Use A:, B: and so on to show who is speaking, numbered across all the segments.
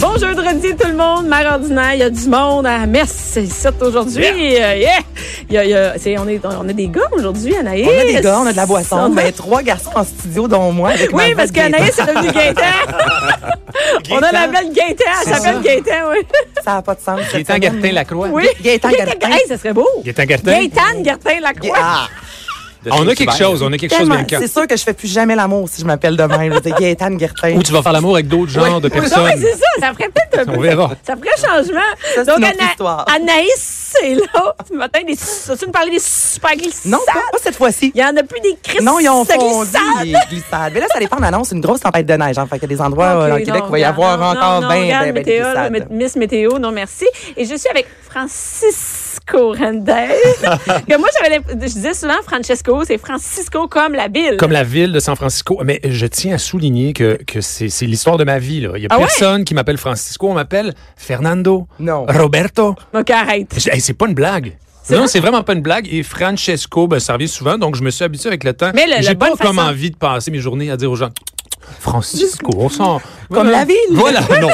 A: Bon jeudi tout le monde, mère ordinaire, il y a du monde à Metz, c'est ça aujourd'hui. Euh, yeah! Il y a- il y a- c'est- on, est, on a des gars aujourd'hui, Anaïs.
B: On a des gars, on a de la boisson, Ben,
A: On a-
B: mais trois garçons en studio, dont moi. Avec ma
A: Oui,
B: voix
A: parce
B: de gaieté.
A: qu'Anaïs est devenue Gaëtan. on a la belle Gaëtan,
B: C'est
A: elle s'appelle
B: ça.
A: Gaëtan, oui.
B: Ça n'a pas de sens. cette
C: Gaétan
B: semaine.
C: Gertin Lacroix.
A: oui.
B: Gaëtan Gertin.
A: Hey, ça serait beau.
C: Gaétan Gertin.
A: Gaëtan Gertin Lacroix.
B: Ah,
C: On a quelque chose, on a quelque chose,
B: tellement.
C: Bianca.
B: C'est sûr que je fais plus jamais l'amour si je m'appelle de même. Je dis Gaëtan Gertin.
C: Ou tu vas faire l'amour avec d'autres genres de
A: Non, mais
C: personnes.
A: Ah, c'est ça, ça ferait peut-être un
C: On
A: peu-
C: verra.
A: Ça ferait changement.
B: c'est
A: Donc,
B: une autre histoire.
A: Anaïs, c'est là. Ce matin, des, tu nous parlais des super glissades?
B: Non, pas, pas cette fois-ci.
A: Il y en a plus des crises
B: Non, ils ont fondu
A: glissades.
B: les glissades. Mais là, ça dépend de l'annonce. Une grosse tempête de neige. Hein. Fait qu'il y a des endroits
A: Ok,
B: euh, au
A: non,
B: Québec où il va y
A: regarde,
B: avoir
A: non,
B: encore
A: non,
B: ben,
A: non, regarde,
B: ben, ben, des
A: météo, là,
B: glissades.
A: mé- Miss Météo, non merci. Et je suis avec Francisco Randel. que moi, j'avais, l'imp- je disais souvent Francesco, c'est Francisco comme la ville.
C: Comme la ville de San Francisco. Mais je tiens à souligner que, que c'est c'est l'histoire de ma vie. là. Il n'y a
A: Ah ouais?
C: personne qui m'appelle Francisco. On m'appelle Fernando.
B: Non.
C: Roberto.
A: Donc, arrête.
C: Je- hey, c'est pas une blague.
A: C'est
C: Non,
A: vrai?
C: c'est vraiment pas une blague. Et Francesco, ben, ça revient souvent, donc je me suis habitué avec le temps.
A: Mais le- la
C: J'ai pas
A: bonne
C: comme
A: façon-
C: envie de passer mes journées à dire aux gens Francisco, on s'en.
B: Comme la ville.
C: Voilà, non.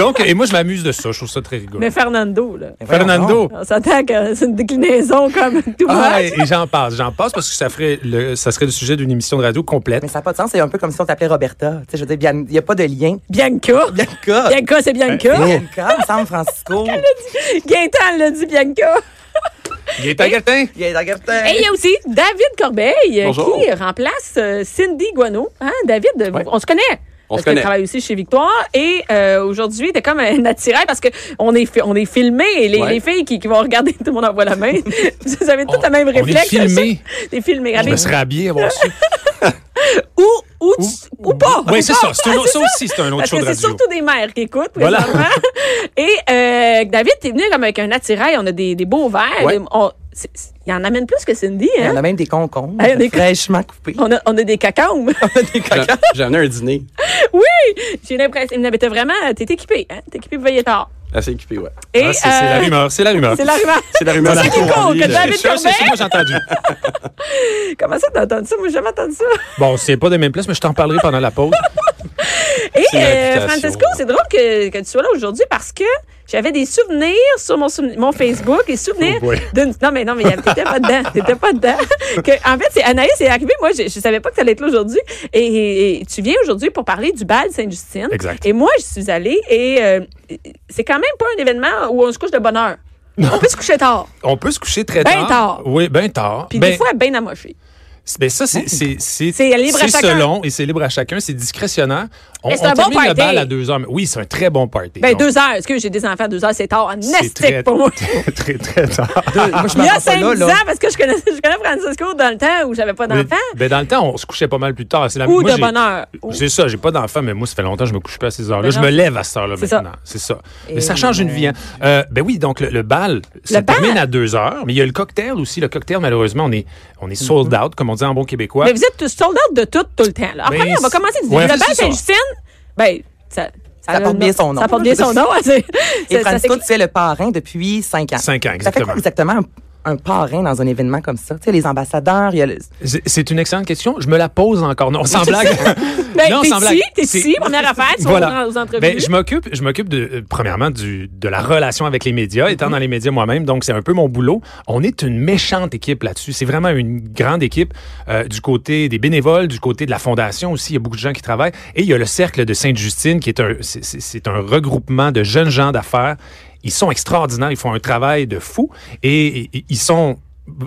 C: Donc, et moi, je m'amuse de ça. Je trouve ça très rigolo.
A: Mais Fernando, là.
B: Mais voyons
C: Fernando.
B: donc.
A: On s'entend que c'est une déclinaison comme tout le
C: Ah,
A: monde.
C: et et j'en passe, j'en passe parce que ça ferait le, ça serait le sujet d'une émission de radio complète.
B: Mais ça n'a pas de sens. C'est un peu comme si on t'appelait Roberta. Tu sais, je veux dire, il n'y a pas de lien.
A: Bianca.
B: Bianca.
A: Bianca, c'est Bianca.
B: Ben, Bianca, me semble, Francisco.
A: Gaëtan l'a dit, Bianca.
C: Gaëtan Gertin.
B: Gaëtan Gertin.
A: Et il y a aussi David Corbeil euh,
D: Bonjour.
A: qui remplace euh, Cindy Guano. Hein, David, vous-
D: Ouais.
A: on se connaît.
D: On
A: parce
D: se connaît.
A: qu'elle travaille aussi chez Victoire. Et euh, aujourd'hui, t'es comme un attirail parce qu'on est, fi- on est filmé. Et les,
D: Ouais.
A: les filles qui, qui vont regarder, tout le monde envoie la main. Vous avez tous
C: On-
A: le même
C: on est
A: réflexe.
C: filmé.
A: T'es filmé.
C: Je me
A: regardez.
C: serais habillé à voir ça.
A: Ou, ou, tu- ou pas.
C: Oui,
A: Ou
C: c'est
A: pas. Ah,
C: ça. C'est un autre-
A: Ah, C'est
C: ça
A: ça.
C: aussi, c'est un autre
A: Parce
C: show
A: que
C: de
A: c'est
C: radio.
A: surtout des mères qui écoutent
C: Voilà.
A: présentement. Et euh, David, t'es venu comme avec un attirail. On a des, des beaux verres.
D: Ouais.
A: Des- on- c'est- c'est- Il en amène plus que Cindy.
B: Il y
A: Hein?
B: en a même des concombres
A: Ah, il y a des-
B: fraîchement coupés.
A: On a, on a des cacahuètes.
D: J'ai- J'ai amené un dîner.
A: oui! J'ai l'impression. Mais t'es vraiment. T'es équipé, hein? T'es équipé pour veiller tard.
D: Assez équipé, ouais.
A: Et,
C: Ah, c'est c'est la
A: euh,
C: rumeur, c'est la rumeur.
A: C'est la rumeur.
D: C'est la rumeur.
C: Voilà.
D: qui
A: court,
D: court,
A: que
D: là.
A: David
C: C'est ça, c'est ça, moi j'ai entendu.
A: Comment ça, t'as entendu ça? Moi, j'ai jamais entendu ça.
C: Bon, c'est pas des mêmes places, mais je t'en parlerai pendant la pause.
A: Et, euh,
D: C'est une réputation.
A: Francesco, c'est drôle que, que tu sois là aujourd'hui parce que j'avais des souvenirs sur mon, souveni- mon Facebook, des souvenirs
C: Oh boy.
A: d'une. Non, mais non, mais t'étais pas dedans. T'étais pas dedans. Que, en fait, c'est Anaïs est arrivée. Moi, je, je savais pas que t'allais être là aujourd'hui. Et, et- et tu viens aujourd'hui pour parler du bal Sainte-Justine.
C: Exact.
A: Et moi, je suis allée et euh, c'est quand même pas un événement où on se couche de bonne heure. On peut se coucher tard.
C: On peut se coucher très
A: Ben
C: tard.
A: tard.
C: Oui, ben tard.
A: Puis
C: Ben-
A: des fois, bien amoché.
C: Ben ça, c'est c'est- c'est-
A: C'est libre à
C: c'est
A: chacun.
C: selon et c'est libre à chacun, c'est discrétionnaire. On,
A: Mais c'est un
C: on
A: bon
C: termine le
A: party.
C: bal à deux heures. mais- Oui, c'est un très bon party.
A: Ben,
C: Donc,
A: deux heures. Est-ce que j'ai des enfants? Deux heures, c'est tard. En
C: c'est
A: estique
C: très,
A: pour moi.
C: très, très, très tard.
B: Moi, je me
A: Il y a
C: ben,
B: rends pas
A: 5
B: là, là.
A: ans, parce que je connais, je connais Francisco dans le temps où j'avais pas
C: Mais-
A: d'enfant.
C: ben, dans le temps, on se couchait pas mal plus tard. C'est la-
A: Ou
C: moi,
A: de
C: j'ai-
A: bonne heure. Ou-
C: C'est ça, j'ai pas d'enfant, mais moi, ça fait longtemps que je me couche pas à ces heures-là.
A: Ben
C: Je
A: non.
C: me lève à cette heure-là
A: C'est ça.
C: maintenant. C'est ça.
A: Et
C: Mais ça change une vie. hein. Euh, ben oui, donc le, le bal, ça
A: Le bal.
C: termine à deux heures, mais il y a le cocktail aussi. Le cocktail, malheureusement, on est, on est sold out, comme on dit en bon québécois.
A: Mm-hmm. Mais vous êtes tous sold out de tout, tout le temps. là. En
C: Ben,
A: premier, on va commencer du début.
C: ouais,
A: le bal
C: c'est ça.
A: Sainte-Justine, ben, ça,
B: Ça porte bien son nom.
A: Ça porte bien son nom. hein, c'est-
B: Et
A: ça- ça
B: Francisco,
A: s'écrit-
B: tu es le parrain depuis cinq ans.
C: Cinq ans,
B: Ça fait quoi exactement un, un parrain dans un événement comme ça? Tu sais, les ambassadeurs, il y a le-
C: C'est- C'est une excellente question. Je me la pose encore. Non, sans blague.
A: Ben,
C: Non,
A: t'es
C: sans blague.
A: ici, t'es
C: C'est-
A: ici, première affaire, tu vas aux entrevues.
C: Ben, je m'occupe, je m'occupe de euh, premièrement du de la relation avec les médias, étant dans les médias moi-même, donc c'est un peu mon boulot. On est une méchante équipe là-dessus. C'est vraiment une grande équipe euh, du côté des bénévoles, du côté de la fondation aussi. Il y a beaucoup de gens qui travaillent et il y a le cercle de Sainte-Justine qui est un c'est- c'est c'est un regroupement de jeunes gens d'affaires. Ils sont extraordinaires. Ils font un travail de fou et- et- et ils sont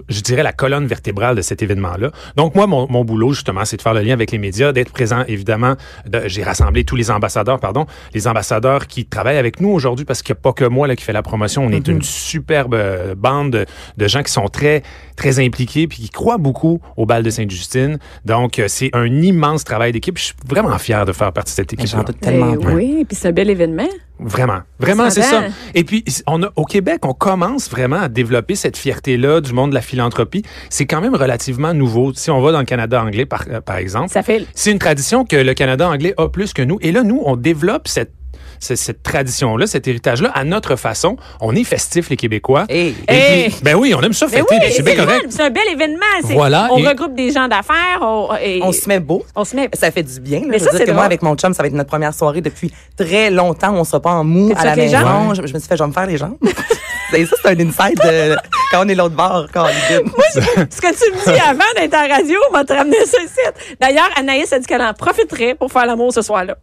C: je dirais, la colonne vertébrale de cet événement-là. Donc, moi, mon, mon boulot, justement, c'est de faire le lien avec les médias, d'être présent, évidemment. de- J'ai rassemblé tous les ambassadeurs, pardon, les ambassadeurs qui travaillent avec nous aujourd'hui, parce qu'il n'y a pas que moi là, qui fais la promotion. On est une superbe euh, bande de, de gens qui sont très, très impliqués puis qui croient beaucoup au bal de Sainte-Justine. Donc, euh, c'est un immense travail d'équipe. Je suis vraiment fier de faire partie de cette
B: Mais
C: équipe
B: Ben, j'en doute tellement.
A: Ben oui, puis c'est un bel événement.
C: Vraiment. Vraiment,
A: Ça
C: c'est ça.
A: va.
C: Et puis, on a, au Québec, on commence vraiment à développer cette fierté-là du monde de la philanthropie. C'est quand même relativement nouveau. Si on va dans le Canada anglais, par, euh, par exemple,
A: Ça fait
C: c'est une tradition que le Canada anglais a plus que nous. Et là, nous, on développe cette ce- cette tradition-là, cet héritage-là, à notre façon. On est festif, les Québécois.
B: Hey.
C: Et
A: Hey.
C: puis- ben oui, on aime ça
A: Mais
C: fêter,
A: Eh. oui,
C: puis c'est bien
A: le
C: correct.
A: fun, c'est un bel événement. c'est-
C: Voilà,
A: On
C: et-
A: regroupe des gens d'affaires. On, et-
B: On se met beau.
A: on se met.
B: Ça fait du bien. Là.
A: Mais
B: je
A: ça,
B: veux dire
A: c'est
B: que moi,
A: drôle.
B: avec mon chum, ça va être notre première soirée depuis très longtemps. On sera pas en mou
A: T'as-tu
B: à la
A: fait les
B: maison.
C: jambes?
B: Je, je me suis fait, je vais me faire les jambes. c'est ça, c'est un inside de- quand on est l'autre bord, quand on est vide.
A: Ce que tu me dis avant d'être à la radio, on va te ramener ce site. D'ailleurs, Anaïs a dit qu'elle en profiterait pour faire l'amour ce soir-là.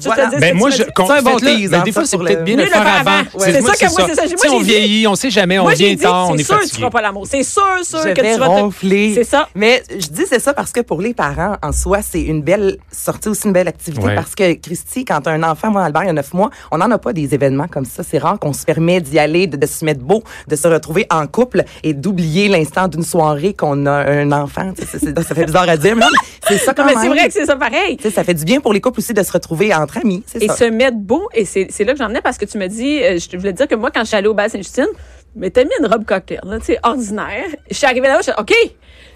A: Je
B: Voilà.
A: te dis ce
C: Ben
A: que
C: moi,
A: tu
C: je,
A: m'as dit.
C: qu'on-
B: C'est un bon
C: faites-le.
B: tease,
C: Ben,
B: hein,
C: des
B: ça,
C: fois, c'est
B: pour
C: peut-être
B: le-
C: bien de le faire avant.
A: C'est
C: moi,
A: ça que moi, c'est ça. Moi,
C: Tu sais, on
A: j'ai dit-
C: vieillit, on sait jamais, on
A: Moi, j'ai
C: vient
A: dit,
C: tard, on
A: c'est
C: est
A: sûr que tu
C: fatigué.
A: feras pas l'amour. C'est sûr, sûr
B: je
A: que
B: vais
A: tu vas te-
B: ronfler.
A: C'est ça.
B: Mais je dis c'est ça parce que pour les parents, en soi, c'est une belle sortie, aussi une belle activité.
C: Ouais.
B: Parce que, Christy, quand t'as un enfant, moi, Albert, il y a neuf mois, on n'en a pas des événements comme ça. C'est rare qu'on se permet d'y aller, de, de se mettre beau, de se retrouver en couple et d'oublier l'instant d'une soirée qu'on a un enfant. Tu sais, c'est- c'est- ça fait bizarre à dire, mais non, c'est ça quand
A: Non, mais
B: même.
A: c'est vrai que c'est ça pareil.
B: Tu sais, ça fait du bien pour les couples aussi de se retrouver entre amis. C'est
A: Et
B: ça.
A: se mettre beau, et c'est c'est là que j'en venais parce que tu me dis, euh, je te voulais dire que moi, quand je suis allée au bal Saint-Justine, mais t'as mis une robe cocktail, là, tu sais, ordinaire. Je suis arrivée là-bas, je suis OK,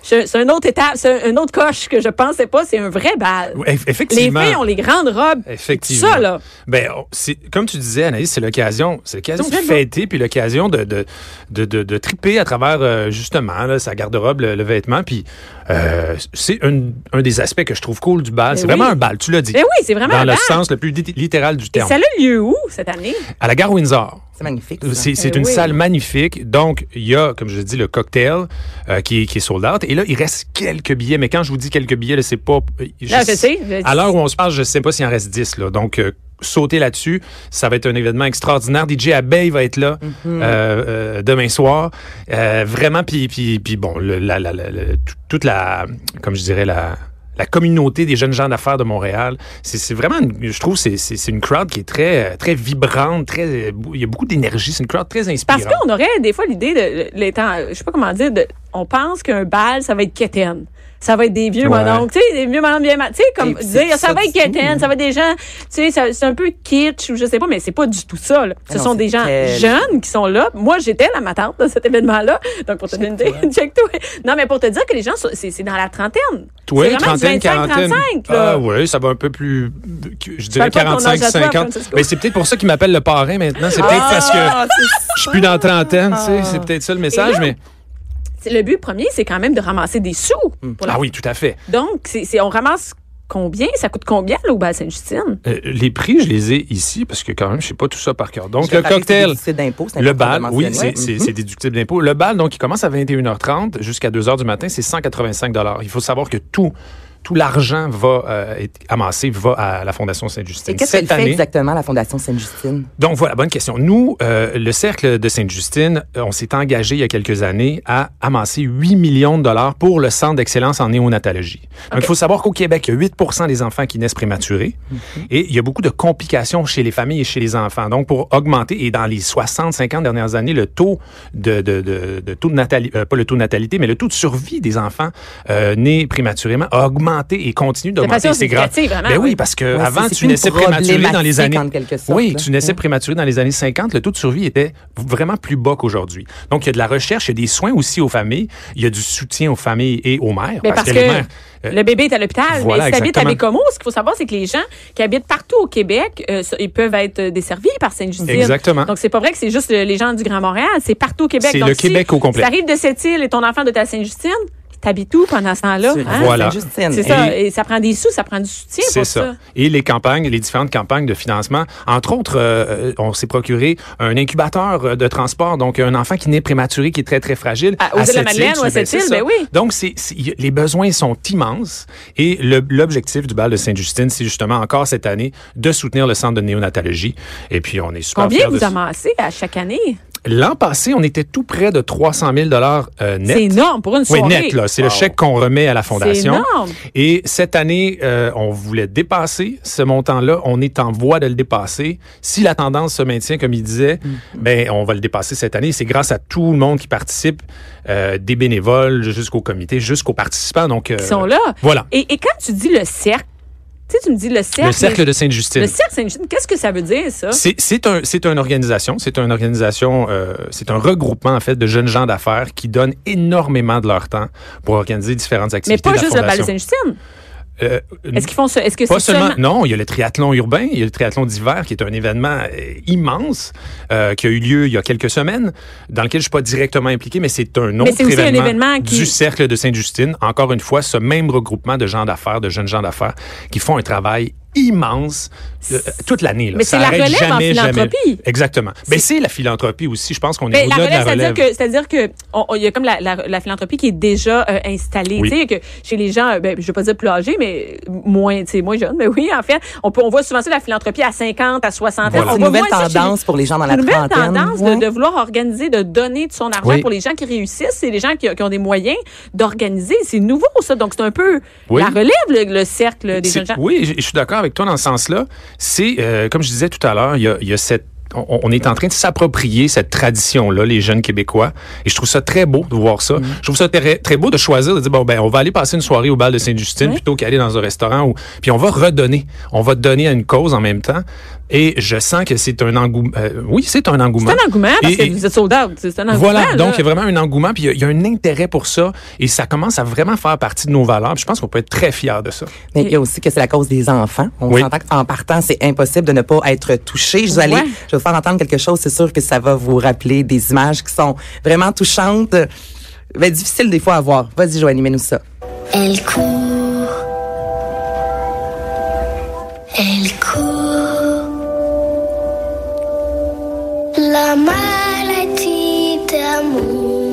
A: je- c'est une autre étape, c'est une autre coche que je pensais pas, c'est un vrai bal.
C: Ouais, eff-
A: Les
C: Effectivement. Eh,
A: filles ont les grandes robes.
C: Effectivement.
A: Ça, là.
C: Ben, on- c'est- comme tu disais, Anaïs, c'est l'occasion. C'est l'occasion
A: Donc,
C: de
A: je vais
C: fêter, puis l'occasion de, de, de, de, de triper à travers, euh, justement, là, sa garde-robe, le, le vêtement. Puis euh, c'est un, un des aspects que je trouve cool du bal.
A: Mais
C: C'est
A: Ben oui.
C: vraiment un bal, tu l'as dit.
A: Mais oui, c'est vraiment
C: Dans
A: un
C: le
A: bal.
C: sens le plus lit- littéral du
A: Et
C: terme.
A: ça a lieu où cette année?
C: À la gare Windsor.
B: C'est magnifique. ça.
C: C'est c'est
A: Eh
C: une
A: oui.
C: salle magnifique. Donc, il y a, comme je dis, le cocktail euh, qui, est- qui est sold out. Et là, il reste quelques billets. Mais quand je vous dis quelques billets, là, c'est pas. je
A: Là, Ah, je sais. je-
C: à l'heure où on se parle, je ne sais pas s'il en reste 10. Là. Donc, euh, sauter là-dessus, ça va être un événement extraordinaire. DJ Abeille va être
A: Mhm.
C: là euh, euh, demain soir. Euh, vraiment, puis, puis, puis bon, le- la- la- la- le- tout- toute la, comme je dirais, la, la communauté des jeunes gens d'affaires de Montréal, c'est c'est vraiment, une- je trouve, c'est- c'est c'est une crowd qui est très, euh, très vibrante, très, il y a beaucoup d'énergie, c'est une crowd très inspirante.
A: Parce qu'on aurait des fois l'idée de l'étant, je sais pas comment dire, de- on pense qu'un bal, ça va être quétaine. Ça va être des vieux
C: Ouais.
A: mononcles, tu sais, des vieux mononcles bien ma- tu sais, comme
B: Et puis c'est
A: dire, ça
B: ça
A: va être
B: du-
A: quétaine, ça va être des gens, tu sais, ça- c'est un peu kitsch ou je sais pas, mais c'est pas du tout ça, là. Ce
B: Ah non,
A: sont
B: c'est
A: des gens
B: très-
A: jeunes qui sont là. Moi, j'étais la ma tante de cet événement-là. Donc, pour te donner une idée, check toi. Non, mais pour te dire que les gens, sont- c'est c'est dans la trentaine.
C: Oui,
A: c'est vraiment du 25, 35, là.
C: Ah oui, ça va un peu plus, je dirais
A: parle pas de ton âge
C: 45,
A: à toi,
C: 50.
A: Francisco.
C: Mais c'est peut-être pour ça qu'ils m'appellent le parrain maintenant. C'est peut-être parce que
B: Ah, c'est
C: je suis plus dans la trentaine, tu sais.
B: Ah.
C: C'est peut-être ça le message,
A: là,
C: mais.
A: C'est- Le but premier, c'est quand même de ramasser des sous pour la
C: Ah oui, tout à fait.
A: Donc, c'est, c'est- on ramasse combien? Ça coûte combien, là, au bal Sainte-Justine?
C: Euh, les prix, je les ai ici parce que quand même, je sais pas tout ça par cœur. Donc,
B: Je
C: le
B: parlais, c'est
C: cocktail.
B: des déficits d'impôts, c'est
C: Le
B: important de
C: bal, oui,
B: mentionner. Mhm.
C: c'est c'est- c'est déductible d'impôt. Le bal, donc, il commence à 21h30 jusqu'à 2h du matin, c'est 185 Il faut savoir que tout, tout l'argent va euh, être amassé, va à la Fondation Sainte-Justine.
B: Et qu'est-ce
C: Cette
B: qu'elle fait
C: année-
B: exactement, la Fondation Sainte-Justine?
C: Donc voilà, bonne question. Nous, euh, le Cercle de Sainte-Justine, euh, on s'est engagé il y a quelques années à amasser 8 millions de dollars pour le Centre d'excellence en néonatologie. Donc il faut savoir qu'au Québec, il y a 8 des enfants qui naissent prématurés
B: Mhm.
C: et il y a beaucoup de complications chez les familles et chez les enfants. Donc pour augmenter, et dans les 60-50 dernières années, le taux de, de, de, de taux de natalité, pas le taux de natalité, mais le taux de survie des enfants euh, nés prématurément a augmenté et continue d'augmenter.
A: façon
C: C'est grave.
A: significative, vraiment,
C: Ben oui,
A: oui.
C: parce que
B: Ouais,
C: avant,
B: c'est- c'est
C: tu
B: une
C: naissais prématuré dans les
B: problématique,
C: années.
B: en quelque sorte,
C: oui,
B: là.
C: tu naissais prématuré dans les années 50. Le taux de survie était vraiment plus bas qu'aujourd'hui. Donc, il y a de la recherche, il y a des soins aussi aux familles, il y a du soutien aux familles et aux mères.
A: Mais parce,
C: que,
A: que,
C: les mères. euh,
A: le bébé est à l'hôpital,
C: voilà,
A: mais si t'habites à
C: exactement.
A: Bécomo, ce qu'il faut savoir, c'est que les gens qui habitent partout au Québec, euh, ça- ils peuvent être euh, desservis par Sainte-Justine.
C: Exactement.
A: Donc, c'est pas vrai que c'est juste euh, les gens du Grand Montréal, c'est partout au Québec.
C: C'est
A: Donc,
C: le
A: si
C: Québec au complet.
A: Si t'arrives de cette île et ton enfant de ta Sainte-Justine, t'habites où pendant ce temps-là?
B: Sur-
A: hein?
C: Voilà.
B: Sainte-Justine.
A: C'est
B: Et-
A: ça. Et ça prend des sous, ça prend du soutien
C: C'est
A: pour
C: ça.
A: ça.
C: Et les campagnes, les différentes campagnes de financement. Entre autres, euh, euh, on s'est procuré un incubateur euh, de transport, donc un enfant qui naît prématuré, qui est très, très fragile.
A: À- aux îles de la
C: Sept-Îles,
A: Madeleine ou à
C: c'est- ben, c'est
A: Sept-Îles,
C: ça.
A: ben oui.
C: Donc, c'est- c'est- y- les besoins sont immenses. Et le- l'objectif du bal de Sainte-Justine, c'est justement encore cette année de soutenir le centre de néonatologie. Et puis, on est super
A: Combien
C: fiers de
A: vous
C: ça.
A: amassez à chaque année?
C: L'an passé, on était tout près de 300 000 euh, net.
A: C'est énorme pour une
C: Oui,
A: soirée.
C: net, là. C'est le chèque qu'on remet à la Fondation.
A: énorme.
C: Et cette année, euh, on voulait dépasser ce montant-là. On est en voie de le dépasser. Si la tendance se maintient, comme il disait,
A: Mm.
C: ben, on va le dépasser cette année. C'est grâce à tout le monde qui participe, euh, des bénévoles jusqu'au comité, jusqu'aux participants. Donc, euh,
A: Ils sont là.
C: Voilà.
A: Et, et quand tu dis le cercle, Tu sais, tu me dis le cercle.
C: Le cercle de
A: Le
C: Sainte-Justine.
A: cercle Sainte-Justine, qu'est-ce que ça veut dire, ça?
C: C'est c'est un, c'est une organisation, c'est une organisation, euh, c'est un regroupement en fait de jeunes gens d'affaires qui donnent énormément de leur temps pour organiser différentes
A: Mais
C: activités.
A: pas
C: de la
A: juste le bal de
C: Fondation.
A: Sainte-Justine.
C: Euh,
A: Est-ce qu'ils font ça? Est-ce que
C: pas
A: c'est
C: seulement, non, il y a le triathlon urbain, il y a le triathlon d'hiver qui est un événement euh, immense euh, qui a eu lieu il y a quelques semaines, dans lequel je suis pas directement impliqué, mais c'est un autre
A: c'est aussi un
C: événement,
A: événement qui-
C: du cercle de Sainte-Justine. Encore une fois, ce même regroupement de gens d'affaires, de jeunes gens d'affaires, qui font un travail immense euh, toute l'année. là.
A: Mais
C: Ça
A: c'est la
C: arrête
A: relève en
C: jamais, jamais.
A: philanthropie.
C: Exactement. Mais c'est la philanthropie aussi. Je pense qu'on est
A: Ben, la
C: au-delà de la
A: relève,
C: relève.
A: c'est-à-dire que, c'est-à-dire que, on- on- il y a comme la, la, la philanthropie qui est déjà euh, installée,
C: Oui.
A: tu sais, que chez les gens, euh, ben, je veux pas dire plus âgés, mais moins, tu sais, moins jeunes, mais oui, en fait, on peut, on voit souvent ça la philanthropie à 50, à 60 ans.
C: Voilà.
A: On
B: C'est une
A: voit
B: nouvelle
A: moins ça chez-
B: tendance pour les gens dans la
A: une nouvelle
B: trentaine.
A: tendance
B: Ouais.
A: de, de vouloir organiser, de donner de son argent
C: Oui.
A: pour les gens qui réussissent et les gens qui, qui ont des moyens d'organiser. C'est nouveau, ça. Donc, c'est un peu
C: Oui.
A: la relève, le, le cercle Euh, des
C: C'est-
A: jeunes gens.
C: Oui, je- je suis d'accord avec toi dans ce sens-là. C'est, euh, comme je disais tout à l'heure, il y a, il y a cette on on est en train de s'approprier cette tradition-là, les jeunes Québécois. Et je trouve ça très beau de voir ça.
A: Mm-hmm.
C: Je trouve ça très, très beau de choisir, de dire, bon, ben, on va aller passer une soirée au bal de Sainte-Justine
A: Oui.
C: plutôt qu'aller dans un restaurant. Où, puis on va redonner. On va donner à une cause en même temps. Et je sens que c'est un engouement. euh, oui, c'est un engouement.
A: C'est un engouement parce
C: Et-
A: que
C: et-
A: vous êtes sold out. C'est un engouement.
C: voilà,
A: là.
C: donc il y a vraiment un engouement, puis il y a- il y, a un intérêt pour ça, et ça commence à vraiment faire partie de nos valeurs. puis je pense qu'on peut être très fiers de ça.
B: Mais il y a aussi que c'est la cause des enfants. On
C: Oui.
B: s'entend qu'en partant, c'est impossible de ne pas être touché. Je vous allez,
A: Ouais.
B: je vais vous faire entendre quelque chose. C'est sûr que ça va vous rappeler des images qui sont vraiment touchantes. Ben, difficile des fois à voir. Vas-y, Joanie, mets-nous ça.
E: Elle court. Elle court. La maladie d'amour.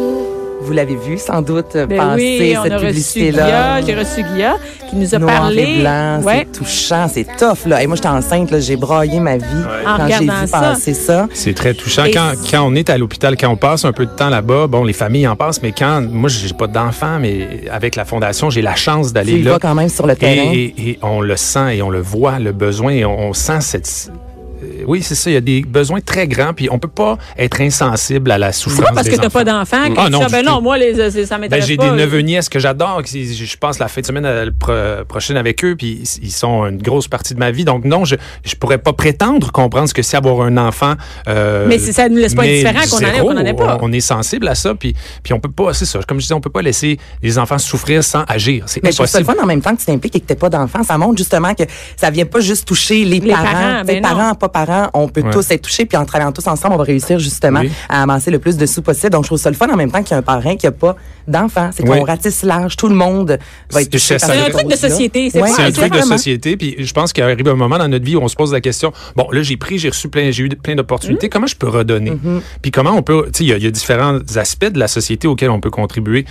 B: Vous l'avez vu, sans doute,
A: Ben
B: passer
A: oui, on
B: cette
A: a reçu
B: publicité-là.
A: Guilla, j'ai reçu Guilla qui nous a
B: Noir
A: parlé.
B: et blanc,
A: ouais.
B: c'est touchant, c'est tough. Là. Et moi, j'étais enceinte, là, j'ai braillé ma vie
A: En
B: quand j'ai vu
A: regardant ça.
B: passer ça.
C: C'est très touchant.
A: Et
C: Quand,
A: c'est-
C: quand on est à l'hôpital, quand on passe un peu de temps là-bas, bon, les familles en passent, mais quand, moi, j'ai pas d'enfant, mais avec la fondation, j'ai la chance
B: Tu
C: d'aller
B: le
C: là.
B: vois quand même sur le
C: Et,
B: terrain.
C: et- et on le sent et on le voit, le besoin, et on, on sent cette. euh, Oui, c'est ça. Il y a des besoins très grands, puis on peut pas être insensible à la
A: C'est
C: souffrance.
A: pas parce
C: des
A: que t'as
C: enfants.
A: pas d'enfant que
C: Ah
A: tu
C: non,
A: dis, ah, ben
C: du
A: non,
C: tout.
A: moi, les, euh, ça
C: Ben,
A: m'intéresse
C: j'ai
A: pas.
C: des neveux nièces que j'adore. qui- Je je passe la fin de semaine euh, pro- prochaine avec eux, puis ils- ils sont une grosse partie de ma vie. Donc non, je je pourrais pas prétendre comprendre ce que c'est avoir un enfant. euh,
A: Mais c'est- ça ne laisse pas
C: mais
A: indifférent qu'on en ait ou qu'on en ait
C: zéro,
A: pas.
C: On, on est sensible à ça, puis puis on peut pas. C'est ça. Comme je disais, on peut pas laisser les enfants souffrir sans agir. C'est
B: Mais je trouve ça le
C: impossible.
B: fun en même temps que tu t'impliques et que t'es pas d'enfant. Ça montre justement que ça vient pas juste toucher les, parents.
A: parents,
B: Tu
A: ben
B: sais,
A: non.
B: parents, pas parents, on peut
C: Ouais.
B: tous être touchés. Puis en travaillant tous ensemble, on va réussir justement
C: Oui.
B: à amasser le plus de sous possible. Donc je trouve ça le fun en même temps qu'il y a un parrain qui a pas d'enfant. C'est qu'on
C: Oui.
B: ratisse large. Tout le monde va être
C: C'est-
B: touché.
C: ça-
B: par
C: C'est un
B: cette
A: truc de
B: cause-là.
A: société, c'est
B: Ouais,
A: pas-
C: C'est un truc de
B: exactement.
C: société, puis je pense qu'il arrive un moment dans notre vie où on se pose la question bon, là, j'ai pris, j'ai reçu plein, j'ai eu plein
A: Mm.
C: d'opportunités, comment je peux redonner
A: Mm-hmm.
C: Puis comment on peut. Tu sais, il y a- il y, a différents aspects de la société auxquels on peut contribuer.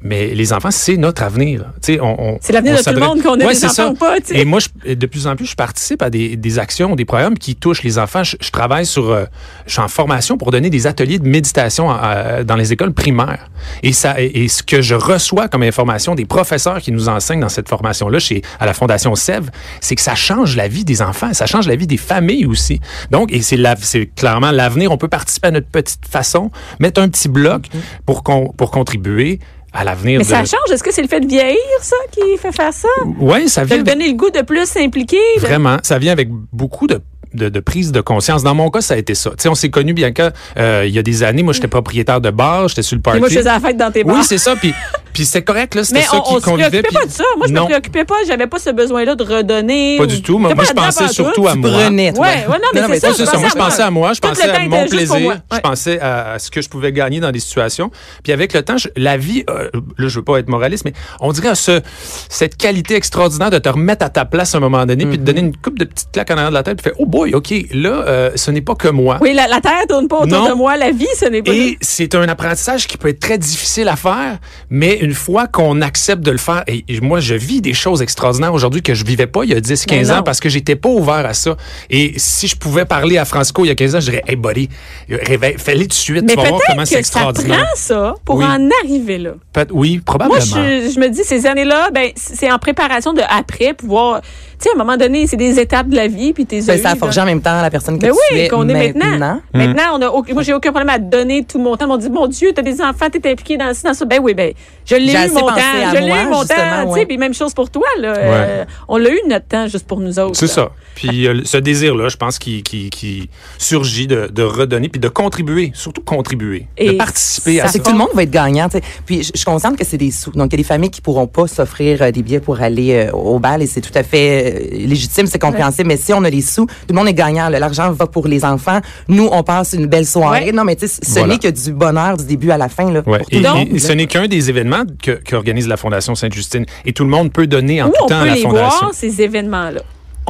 C: Mais les enfants, c'est notre avenir. Tu sais, on- on-
A: C'est l'avenir
C: on
A: de tout le
C: s'adresse-
A: monde, qu'on ait
C: Ouais,
A: des
C: c'est
A: enfants
C: ça.
A: ou pas, tu sais.
C: Et moi, je- de plus en plus, je participe à des, des actions, des programmes qui touchent les enfants. Je, je travaille sur, euh, je suis en formation pour donner des ateliers de méditation à- à- dans les écoles primaires. Et ça, et, et ce que je reçois comme information des professeurs qui nous enseignent dans cette formation-là chez à la Fondation Sève, c'est que ça change la vie des enfants, ça change la vie des familles aussi. Donc, et c'est la- c'est clairement l'avenir. On peut participer à notre petite façon, mettre un petit bloc pour qu'on- pour contribuer à l'avenir.
A: Mm-hmm. Mais
C: de-
A: ça change. Est-ce que c'est le fait de vieillir, ça, qui fait faire ça?
C: Ouais, ça
A: De
C: vient.
A: lui
C: de-
A: donner le goût de plus s'impliquer? de-
C: Vraiment, ça vient avec beaucoup de de, de prise de conscience. Dans mon cas, ça a été ça. Tu sais, on s'est connus, bien que euh, il y a des années, moi, j'étais propriétaire de bar, j'étais sur le
A: Et
C: party.
A: moi, je faisais la fête dans tes bras.
C: oui, c'est ça. Puis, puis c'était correct, là. C'était
A: Mais
C: ça
A: on, on
C: qui
A: se
C: convivait.
A: préoccupait
C: Puis,
A: pas de ça. Moi, je me
C: non,
A: préoccupais pas. J'avais pas ce besoin-là de redonner.
C: pas
A: ou-
C: du tout. Moi,
A: J'étais pas
C: moi, je
A: là-dedans
C: pensais
A: par
C: surtout
A: tout.
C: à
B: Tu
C: moi.
B: prenais, toi.
A: Ouais, ouais, non, mais
B: Non, non,
A: c'est
B: mais
A: ça.
B: c'est
A: je
B: ça,
C: Moi, je pensais à moi, je
A: Tout le
C: pensais
A: temps
C: à
A: était
C: mon
A: juste pour moi.
C: plaisir, je
A: Ouais.
C: pensais à à ce que je pouvais gagner dans des situations. Puis avec le temps, je- la vie, euh, là, je veux pas être moraliste, mais on dirait ce, cette qualité extraordinaire de te remettre à ta place à un moment donné, puis
A: Mm-hmm.
C: de donner une coupe de petites claques en arrière de la tête, puis faire oh boy, ok, là, euh, ce n'est pas que moi.
A: Oui, la, la terre tourne pas autour
C: Non.
A: de moi. La vie, ce n'est pas.
C: Et c'est un apprentissage qui peut être très difficile à faire, mais une fois qu'on accepte de le faire, et et moi, je vis des choses extraordinaires aujourd'hui que je vivais pas il y a 10,
A: Mais
C: 15
A: Ben non.
C: ans parce que j'étais pas ouvert à ça. Et si je pouvais parler à Francisco il y a 15 ans, je dirais, hey, buddy, réveille, fais-les tout de suite,
A: Mais
C: tu vas voir comment
A: peut-être
C: c'est
A: que ça
C: extraordinaire.
A: prend ça pour
C: Oui. Ah,
A: en arriver là.
C: Peut- oui,
A: Moi,
C: probablement.
A: je, je me dis, ces années-là, ben, c'est en préparation de après pouvoir. Tu sais, à un moment donné, c'est des étapes de la vie, puis t'es
B: Ben, Ça a forgé en même temps la personne que
A: Mais
B: tu es
A: Ben oui, qu'on est maintenant. Maintenant, on a, au- moi, j'ai aucun problème à donner tout mon temps. On dit, mon Dieu, t'as des enfants, t'es impliqué dans ci, dans ça. Ben oui, ben, Je l'ai
B: J'ai
A: eu
B: assez
A: mon temps.
B: pensé à
A: Je l'ai
B: moi,
A: eu mon
B: justement,
A: temps. tu
B: ouais.
A: sais, Puis même chose pour toi. Là, Euh, on l'a eu notre temps juste pour nous autres.
C: C'est
A: là.
C: ça. Puis euh, ce désir-là, je pense, qui, qui, qui surgit de, de redonner, puis de contribuer, surtout contribuer,
A: Et
C: de participer à
A: ça
C: ça.
B: C'est que tout le monde va être gagnant. tu sais. Puis je je suis consciente que c'est des sous. Donc, il y a des familles qui pourront pas s'offrir euh, des billets pour aller euh, au bal et c'est tout à fait euh, légitime, c'est compréhensible. Mais si on a les sous, tout le monde est gagnant. là. L'argent va pour les enfants. Nous, on passe une belle soirée.
A: Ouais.
B: Non, mais tu sais, ce
C: Voilà.
B: n'est que du bonheur du début à la fin. Là,
C: Ouais.
B: pour tout
C: Et,
B: le monde,
C: et
B: là.
C: ce n'est qu'un des événements que- qu'organise la Fondation Sainte-Justine. Et tout le monde peut donner en
A: Où
C: tout
A: on
C: temps à
A: peut
C: la
A: les
C: Fondation.
A: voir, ces événements-là?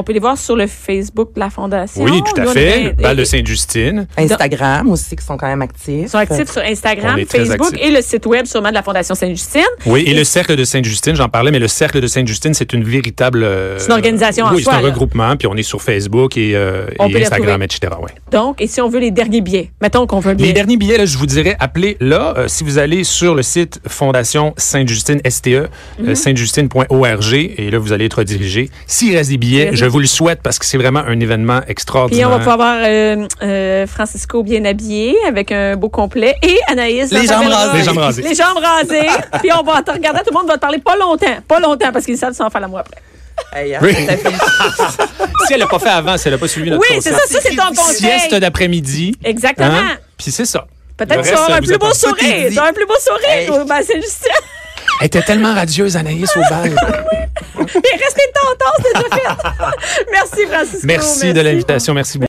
A: On peut les voir sur le Facebook de la Fondation.
C: oui, tout à
A: Nous, on
C: fait.
A: est-
C: Ben, Le bal de
A: et-
C: Sainte-Justine.
B: Instagram aussi, qui sont quand même actifs.
A: Ils sont actifs sur Instagram,
C: On est très
A: Facebook
C: actifs.
A: et le site web sûrement de la Fondation Sainte-Justine.
C: Oui, et le Cercle de Sainte-Justine, j'en parlais, mais le Cercle de Sainte-Justine, c'est une véritable... euh,
A: C'est une organisation en
C: Oui, c'est
A: soi,
C: un
A: là.
C: regroupement, puis on est sur Facebook et, euh,
A: On
C: et
A: peut les
C: Instagram,
A: retrouver.
C: etc. Ouais.
A: Donc, et si on veut les derniers billets, mettons qu'on veut un
C: Les
A: billet.
C: derniers billets, là, je vous dirais, appelez là. Euh, si vous allez sur le site Fondation Sainte-Justine, STE,
A: Mhm.
C: euh, sainte-justine.org, et là, vous allez être redirigé. S'il reste des billets,
A: Oui.
C: je vous le souhaite parce que c'est vraiment un événement
A: Puis
C: extraordinaire.
A: on va pouvoir voir euh, euh, Francisco bien habillé avec un beau complet et Anaïs. dans
B: Les
A: sa
B: jambes
A: belle
B: rasées.
A: robe.
C: Les jambes rasées.
A: Les jambes rasées. Puis on va te regarder, tout le monde va te parler pas longtemps. Pas longtemps parce qu'ils savent s'en faire la moi après.
B: Hey, hein,
C: Oui.
B: c'est affiché.
C: si elle l'a pas fait avant, si elle n'a pas suivi notre
A: Oui, c'est
C: conseil.
A: ça, ça c'est ton conseil.
C: Sieste d'après-midi.
A: Exactement.
C: Hein? Puis c'est ça.
A: Peut-être
C: Le
A: que tu vas
C: reste,
A: avoir un
C: vous
A: plus beau
C: attend.
B: Tout est
A: sourire.
B: dit.
A: Tu as un plus beau sourire. ben,
B: Hey.
A: au bassin Justine.
C: Elle était tellement radieuse, Anaïs, au bal.
A: Mais restez de ton temps, c'est déjà fait. merci Francisco.
C: merci de l'invitation. Merci beaucoup.